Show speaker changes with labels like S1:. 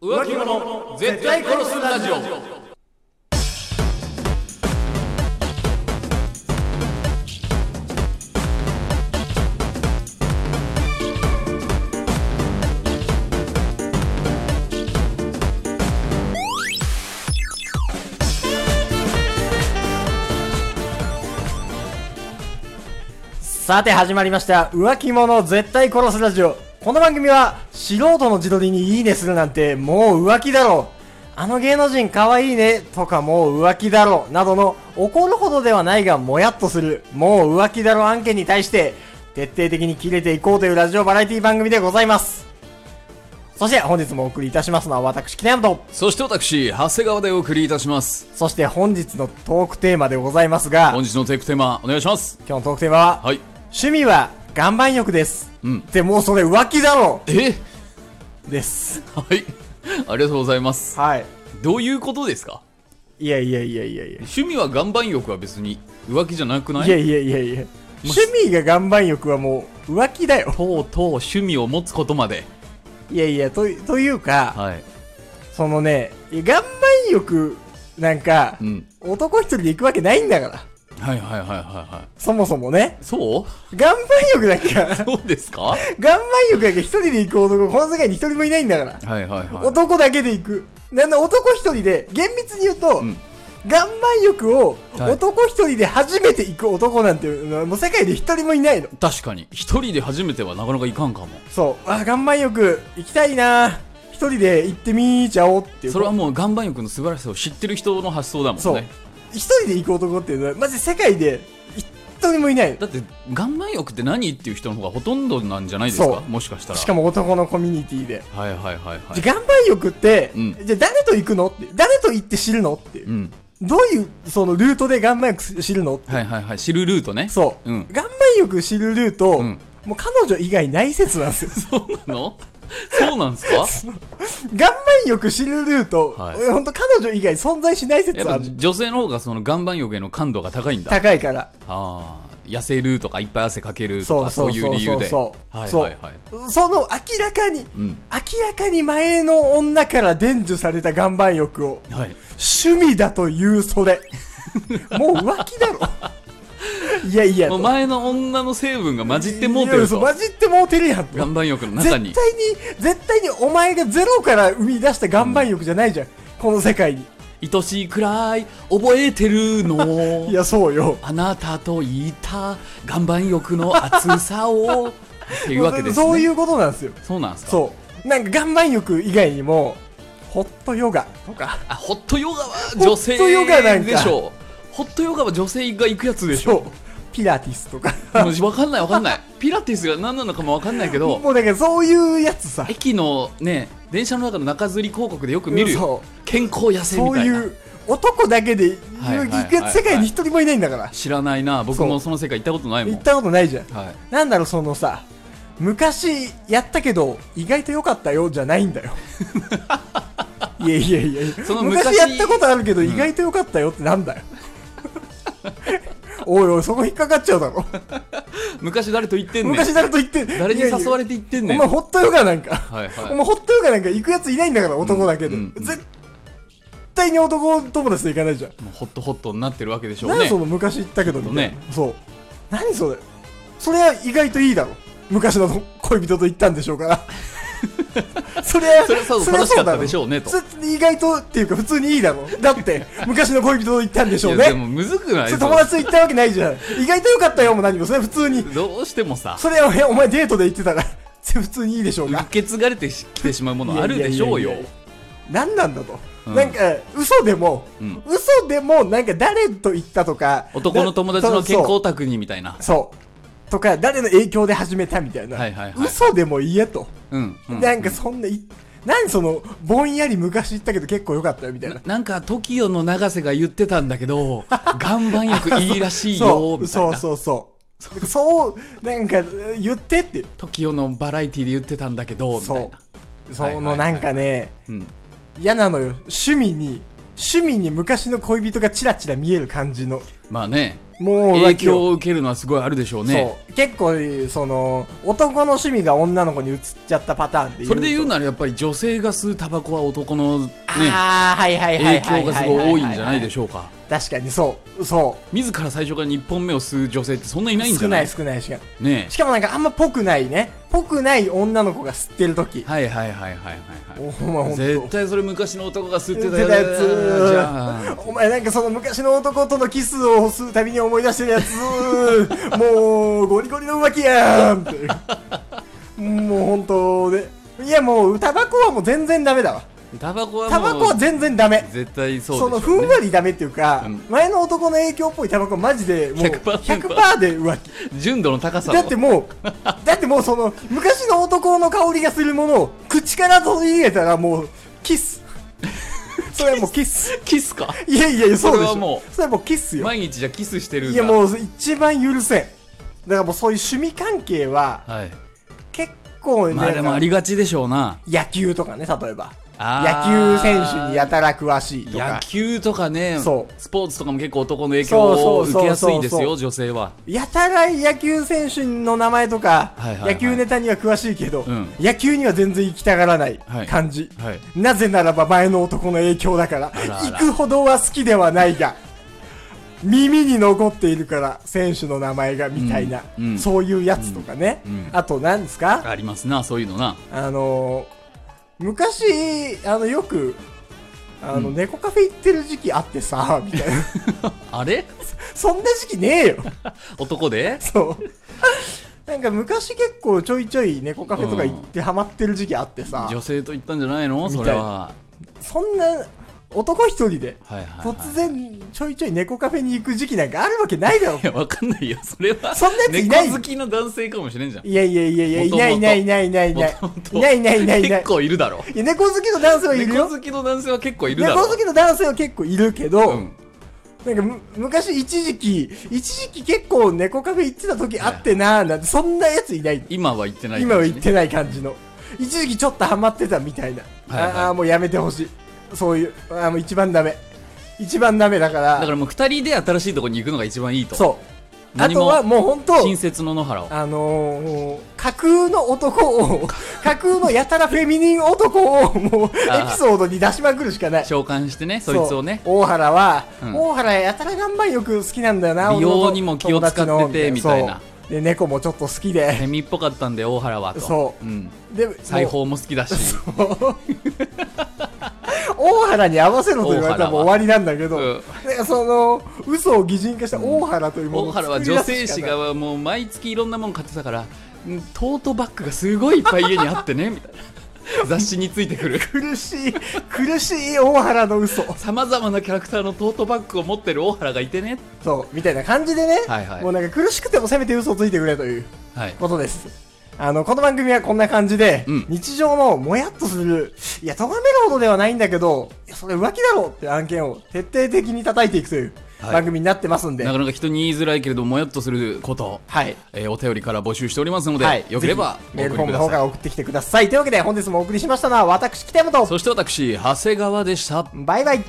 S1: 浮気者絶対殺すラジオ
S2: さて始まりました浮気者絶対殺すラジオこの番組は素人の自撮りにいいねするなんてもう浮気だろうあの芸能人かわいいねとかもう浮気だろうなどの怒るほどではないがもやっとするもう浮気だろ案件に対して徹底的に切れていこうというラジオバラエティ番組でございますそして本日もお送りいたしますのは私北山と
S1: そして私長谷川でお送りいたします
S2: そして本日のトークテーマでございますが
S1: 本日のテイクテーマお願いします
S2: 今日のトークテーマは、
S1: はい
S2: 趣味は岩盤浴です、
S1: うん
S2: でもうそれ浮気だろ
S1: え
S2: うです
S1: はいありがとうございます
S2: はい
S1: どういうことですか
S2: いやいやいやいやいや
S1: 趣味は岩盤浴は別に浮気じゃなくない
S2: いやいやいやいや
S1: ま
S2: 趣味が岩盤浴はもう浮気だよ
S1: とうとう趣味を持つことまで
S2: いやいやとというか
S1: はい
S2: そのね岩盤浴なんか、
S1: うん
S2: 男一人で行くわけないんだから
S1: はいはいはいはいは
S2: そもそもね
S1: い そう
S2: 岩盤浴だけが
S1: そうですかは
S2: 岩盤浴だけ一人で行く男この世界に一人もいないんだから、
S1: いはいは
S2: 男だけで行くなんだ男一人で厳密に言うと、
S1: うん
S2: 岩盤浴を
S1: はい
S2: 男一人で初めて行く男なんていうのはもう世界で一人もいないの
S1: い確かに一人で初めてはなかなかいかんかも
S2: そうあ岩盤浴行きたいな一人で行ってみーちゃおうっていう
S1: それはもう岩盤浴の素晴らしさを知ってる人の発想だもんね
S2: そう一人で行く男っていうのはマジ世界で一人もいない
S1: だって岩盤浴って何っていう人の方がほとんどなんじゃないですか
S2: そう
S1: もしかしたら
S2: しかも男のコミュニティで、
S1: はいはいはいは
S2: じ
S1: い
S2: ゃあ岩盤浴って、
S1: うん
S2: じゃあ誰と行くのって誰と行って知るのっていう、
S1: うん
S2: どういうそのルートで岩盤浴知るのって、
S1: はいはいはい知るルートね
S2: そう、
S1: うん
S2: 岩盤浴知るルート、
S1: うん
S2: もう彼女以外ない説なんですよ
S1: そうなのそうなんですか
S2: 岩盤浴知るルート、
S1: はい
S2: 本当彼女以外存在しない
S1: や
S2: 説
S1: っ
S2: あ
S1: ぱ
S2: る
S1: 女性の方がその岩盤浴への感度が高いんだ
S2: 高いから
S1: ああ痩せるとかいっぱい汗かけると
S2: そ
S1: か
S2: う
S1: そ
S2: そうう
S1: い
S2: そうう
S1: 理
S2: そ
S1: 由
S2: う
S1: で
S2: そ
S1: はいは
S2: そ
S1: いはいう
S2: その明らかに、
S1: うん
S2: 明らかに前の女から伝授された岩盤浴を
S1: はい
S2: 趣味だという それもう浮気だろいやいや
S1: もう
S2: っ
S1: 前の女の成分が混じってもうてると
S2: 混じってもうてるやんと
S1: 岩盤浴の
S2: 絶
S1: 中
S2: 対
S1: に
S2: に絶対にお前がゼロから生み出した岩盤浴じゃないじゃん、この世界に
S1: 愛しいくらい覚えてる の
S2: いやそうよ
S1: あなたといた岩盤浴の熱さをっていうわけです、ね、
S2: そういうことなんですよ
S1: そうなんですか
S2: そうなんか岩盤浴以外にもホットヨガとか
S1: あホットヨガは女性
S2: ホットヨガなんか
S1: でしょうホットヨガは女性が行くやつでし
S2: そ
S1: ょ
S2: うピラティスとか
S1: でも分かんない分かんないピラティスが何なのかも分かんないけど
S2: もうだからそういうやつさ
S1: 駅のね電車の中の中吊り広告でよく見るよ
S2: そ
S1: 健康痩
S2: う
S1: せみ
S2: そう
S1: たい
S2: い
S1: な
S2: う男だけで
S1: はいはいはい
S2: 行くやつ世界に一人もいないんだから
S1: 知らないな僕
S2: そ
S1: も
S2: う
S1: その世界行ったことないも
S2: 行
S1: ん
S2: ったことないじゃん
S1: はい
S2: なんだろうそのさ昔やったけど意外と良かったよじゃないん だよいやいやいや
S1: その昔
S2: 昔やったことあるけど意外と良かったよってなんだよ、 おいおいそこ引っかかっちゃうだろ
S1: 昔誰と行ってんねん
S2: 昔誰と言って
S1: 誰に誘われ
S2: て
S1: て行って
S2: ん
S1: んねん
S2: お前ホットヨガなんか、
S1: はいはい
S2: お前ホットヨガなんか行くやついないんだから男だけで、
S1: うんうん
S2: 絶対に男友達と行かないじゃん、
S1: もうホットホットになってるわけでしょう
S2: 何
S1: ね
S2: その昔行ったけどみたいな、
S1: ね
S2: そう何それそれは意外といいだろ昔の恋人と行ったんでしょうから それは
S1: それはそう
S2: れは
S1: 楽しかっ
S2: だ
S1: た
S2: ろ
S1: でしょうねと
S2: それ意外とっていうか普通にいいだろだ って昔の恋人と行ったんでしょう
S1: いやで
S2: ね
S1: もむずくない
S2: それ友達と行ったわけないじゃん意外とよかったよも何もそれは普通に
S1: どうしてもさ
S2: それはお前デートで行ってたら それ普通にいいでしょう
S1: 受
S2: か
S1: け継がれてきてしまうものあるでしょうよ
S2: いやいやいやいや何なんだと、
S1: うん
S2: なんか嘘でも、
S1: うん
S2: 嘘でもなんか誰と行ったとか
S1: 男の友達の健
S2: そう
S1: 康卓にみたいな
S2: そう。とか、誰の影響で始めたみたいな。
S1: はいはいはい
S2: 嘘でも言えと。
S1: うん、うん、
S2: なんかそんない、何その、ぼんやり昔言ったけど結構良かったよみたいな。
S1: なんか TOKIO の永瀬が言ってたんだけ ど岩盤浴いいらしいよ
S2: そう
S1: みたい
S2: そう
S1: な
S2: そうそう。そう、なんか言ってって。
S1: TOKIO のバラエティで言ってたんだけどみたい
S2: そ
S1: な
S2: う。
S1: はい
S2: そ
S1: はいは
S2: の
S1: い
S2: なんかね、
S1: うん
S2: 嫌なのよ。趣味に、趣味に昔の恋人がチラチラ見える感じの。
S1: まあね
S2: もう浮
S1: 影
S2: 気を
S1: 響を受けるのはすごいあるでしょうね
S2: そう結構その男の趣味が女の子に移っちゃったパターンっていう
S1: それで言う
S2: の
S1: ならやっぱり女性が吸うタバコは男のね
S2: ああはいはいはい
S1: 影
S2: はい
S1: 響
S2: は
S1: が
S2: は
S1: すごい多いんじゃないで
S2: ょ
S1: しょうか
S2: う確かにそうそ
S1: 自ら最初から1本目を吸う女性ってそんないないん
S2: う
S1: じゃ
S2: 少
S1: な
S2: ないい少ないしか
S1: ね
S2: しかもなんかあんまぽくないねぽくない女の子が吸ってる時
S1: はいはいはいはいはい
S2: お
S1: は
S2: お前ほ
S1: い
S2: ん
S1: 絶
S2: と
S1: 対それ昔の男が吸ってた
S2: 吸ってたや
S1: や
S2: つ
S1: つじゃあ
S2: お前なんかその昔の男とのキスをするたびに思い出してるや つもうゴリゴリの浮気やんってもう本当ねいやもうタバコはもう全然ダメだわ
S1: タバコはもう
S2: タバコは全然ダメ
S1: 絶対
S2: そ,、
S1: そう
S2: の
S1: でし
S2: ふ
S1: ょうんね
S2: わりダメっていうか、
S1: うん
S2: 前の男の影響っぽいタバコはマジでもう
S1: 100%
S2: 100%で浮気
S1: 純度の高さを
S2: だってもうだってもうその昔の男の香りがするものを口から取り入れたらもう キスそれはもうキス
S1: キスか
S2: いやいやいやそうで
S1: それ
S2: しょ
S1: はも
S2: それはもうキスよ
S1: 毎日じゃあキスしてるん
S2: い
S1: だ
S2: やもう一番許せんだからもうそういう趣味関係は
S1: はい
S2: 結構ね、
S1: まあでもありがちでしょうな
S2: 野球とかね例えば野
S1: あー
S2: 球選手にやたら詳しいと
S1: 野
S2: か
S1: 球とかね
S2: そう
S1: スポーツとかも結構男の影響を受けやすいです
S2: そうそうそうそ
S1: よ女性は
S2: やたら野球選手の名前とか、
S1: はいはいはい
S2: 野球ネタには詳しいけど、
S1: うん
S2: 野球には全然行きたがらない
S1: はい
S2: 感じ、
S1: はい
S2: なぜならば前の男の影響だから
S1: らあら
S2: 行くほどは好きではないが耳に残っているから選手の名前がみたいな、
S1: うんうん
S2: そういうやつとかね、
S1: うんうん
S2: あと何ですか
S1: ありますなそういうのな
S2: あのー昔あのよくあの、猫カフェ行ってる時期あってさみたい な
S1: あれ
S2: そんな時期ねえよ
S1: 男で
S2: そう。なんか昔結構ちょいちょい猫カフェとか行ってハマってる時期あってさ、
S1: 女性と言ったんじゃないの
S2: みたい
S1: それは
S2: そんな男一人で
S1: はいはいはい
S2: 突然ちょいちょい猫カフェに行く時期なんかあるわけないだろ
S1: い。やわかんないよそれは
S2: そんなやついない
S1: 猫好きの男性かもしれんじゃん
S2: いやいやいやいや、い
S1: 元々
S2: ないいないいないいないいない
S1: 元々。
S2: いないいないいないいない
S1: 結。構いるだろ
S2: いや猫好きの男性はいる
S1: 猫
S2: よ。
S1: 好きの男性は結構いるだ
S2: 猫
S1: ろ
S2: 好きの男性は結構いるけど、
S1: うん
S2: なんかむ昔一時期、一時期結構猫カフェ行ってた時あってなーなんて、そんなやついない。
S1: 今は言ってない
S2: 今は言って
S1: ない
S2: ない感じの一時期ちょっとハマってたみたいな、
S1: はいはい
S2: ああーもうやめてほしいそういうあーもう一番ダメ一番ダメだから
S1: だからもう二人で新しいとこに行くのが一番いいと
S2: そうあ
S1: 何
S2: と
S1: も
S2: はもう本当
S1: 新設の野原を
S2: あのー、架空の男 を架空のやたらフェミニン男をもうエ
S1: あー
S2: ピソードに出しまくるしかない
S1: 召喚してねそいつをね
S2: そう大原は、
S1: うん
S2: 大原やたら頑張りよく好きなんだよな
S1: 美容
S2: 俺の
S1: にも気を使ってて
S2: 友達の
S1: みたいな
S2: そうで猫もちょっと好きで
S1: セミっぽかったんで大原はと
S2: そう、
S1: ん、
S2: で
S1: 裁縫も好きだし
S2: 大原に合わせろと言われたらもう終わりなんだけど、
S1: うん
S2: なんかその嘘を擬人化した大原というも
S1: 大
S2: のを
S1: 原
S2: 作
S1: は
S2: り出
S1: 女
S2: す
S1: 性誌
S2: しかない
S1: がもう毎月いろんなもん買ってたからうんトートバッグがすごいいっぱい家にあってねみたいな雑誌についてくる
S2: 苦しい苦しい大原の嘘
S1: さまざまなキャラクターのトートバッグを持ってる大原がいてね
S2: そうみたいな感じでね、
S1: はいはい
S2: もうなんか苦しくてもせめて嘘をついてくれという
S1: はい
S2: ことですあのこの番組はこんな感じで、
S1: うん
S2: 日常のもやっとするいや咎めるほどではないんだけどいやそれ浮気だろうって案件を徹底的に叩いていくという
S1: はい
S2: 番組になってますんで、
S1: なかなか人に言いづらいけれどもやっとすること、
S2: はい
S1: えーお便りから募集しておりますので、
S2: はい、
S1: よければお
S2: ぜひメール
S1: 送
S2: フォ
S1: りく
S2: ームの
S1: だ
S2: 方
S1: さ
S2: か
S1: い
S2: ら送ってきてくださいというわけで本日もお送りしましたのは私北山と
S1: そして私長谷川でした
S2: バイバイ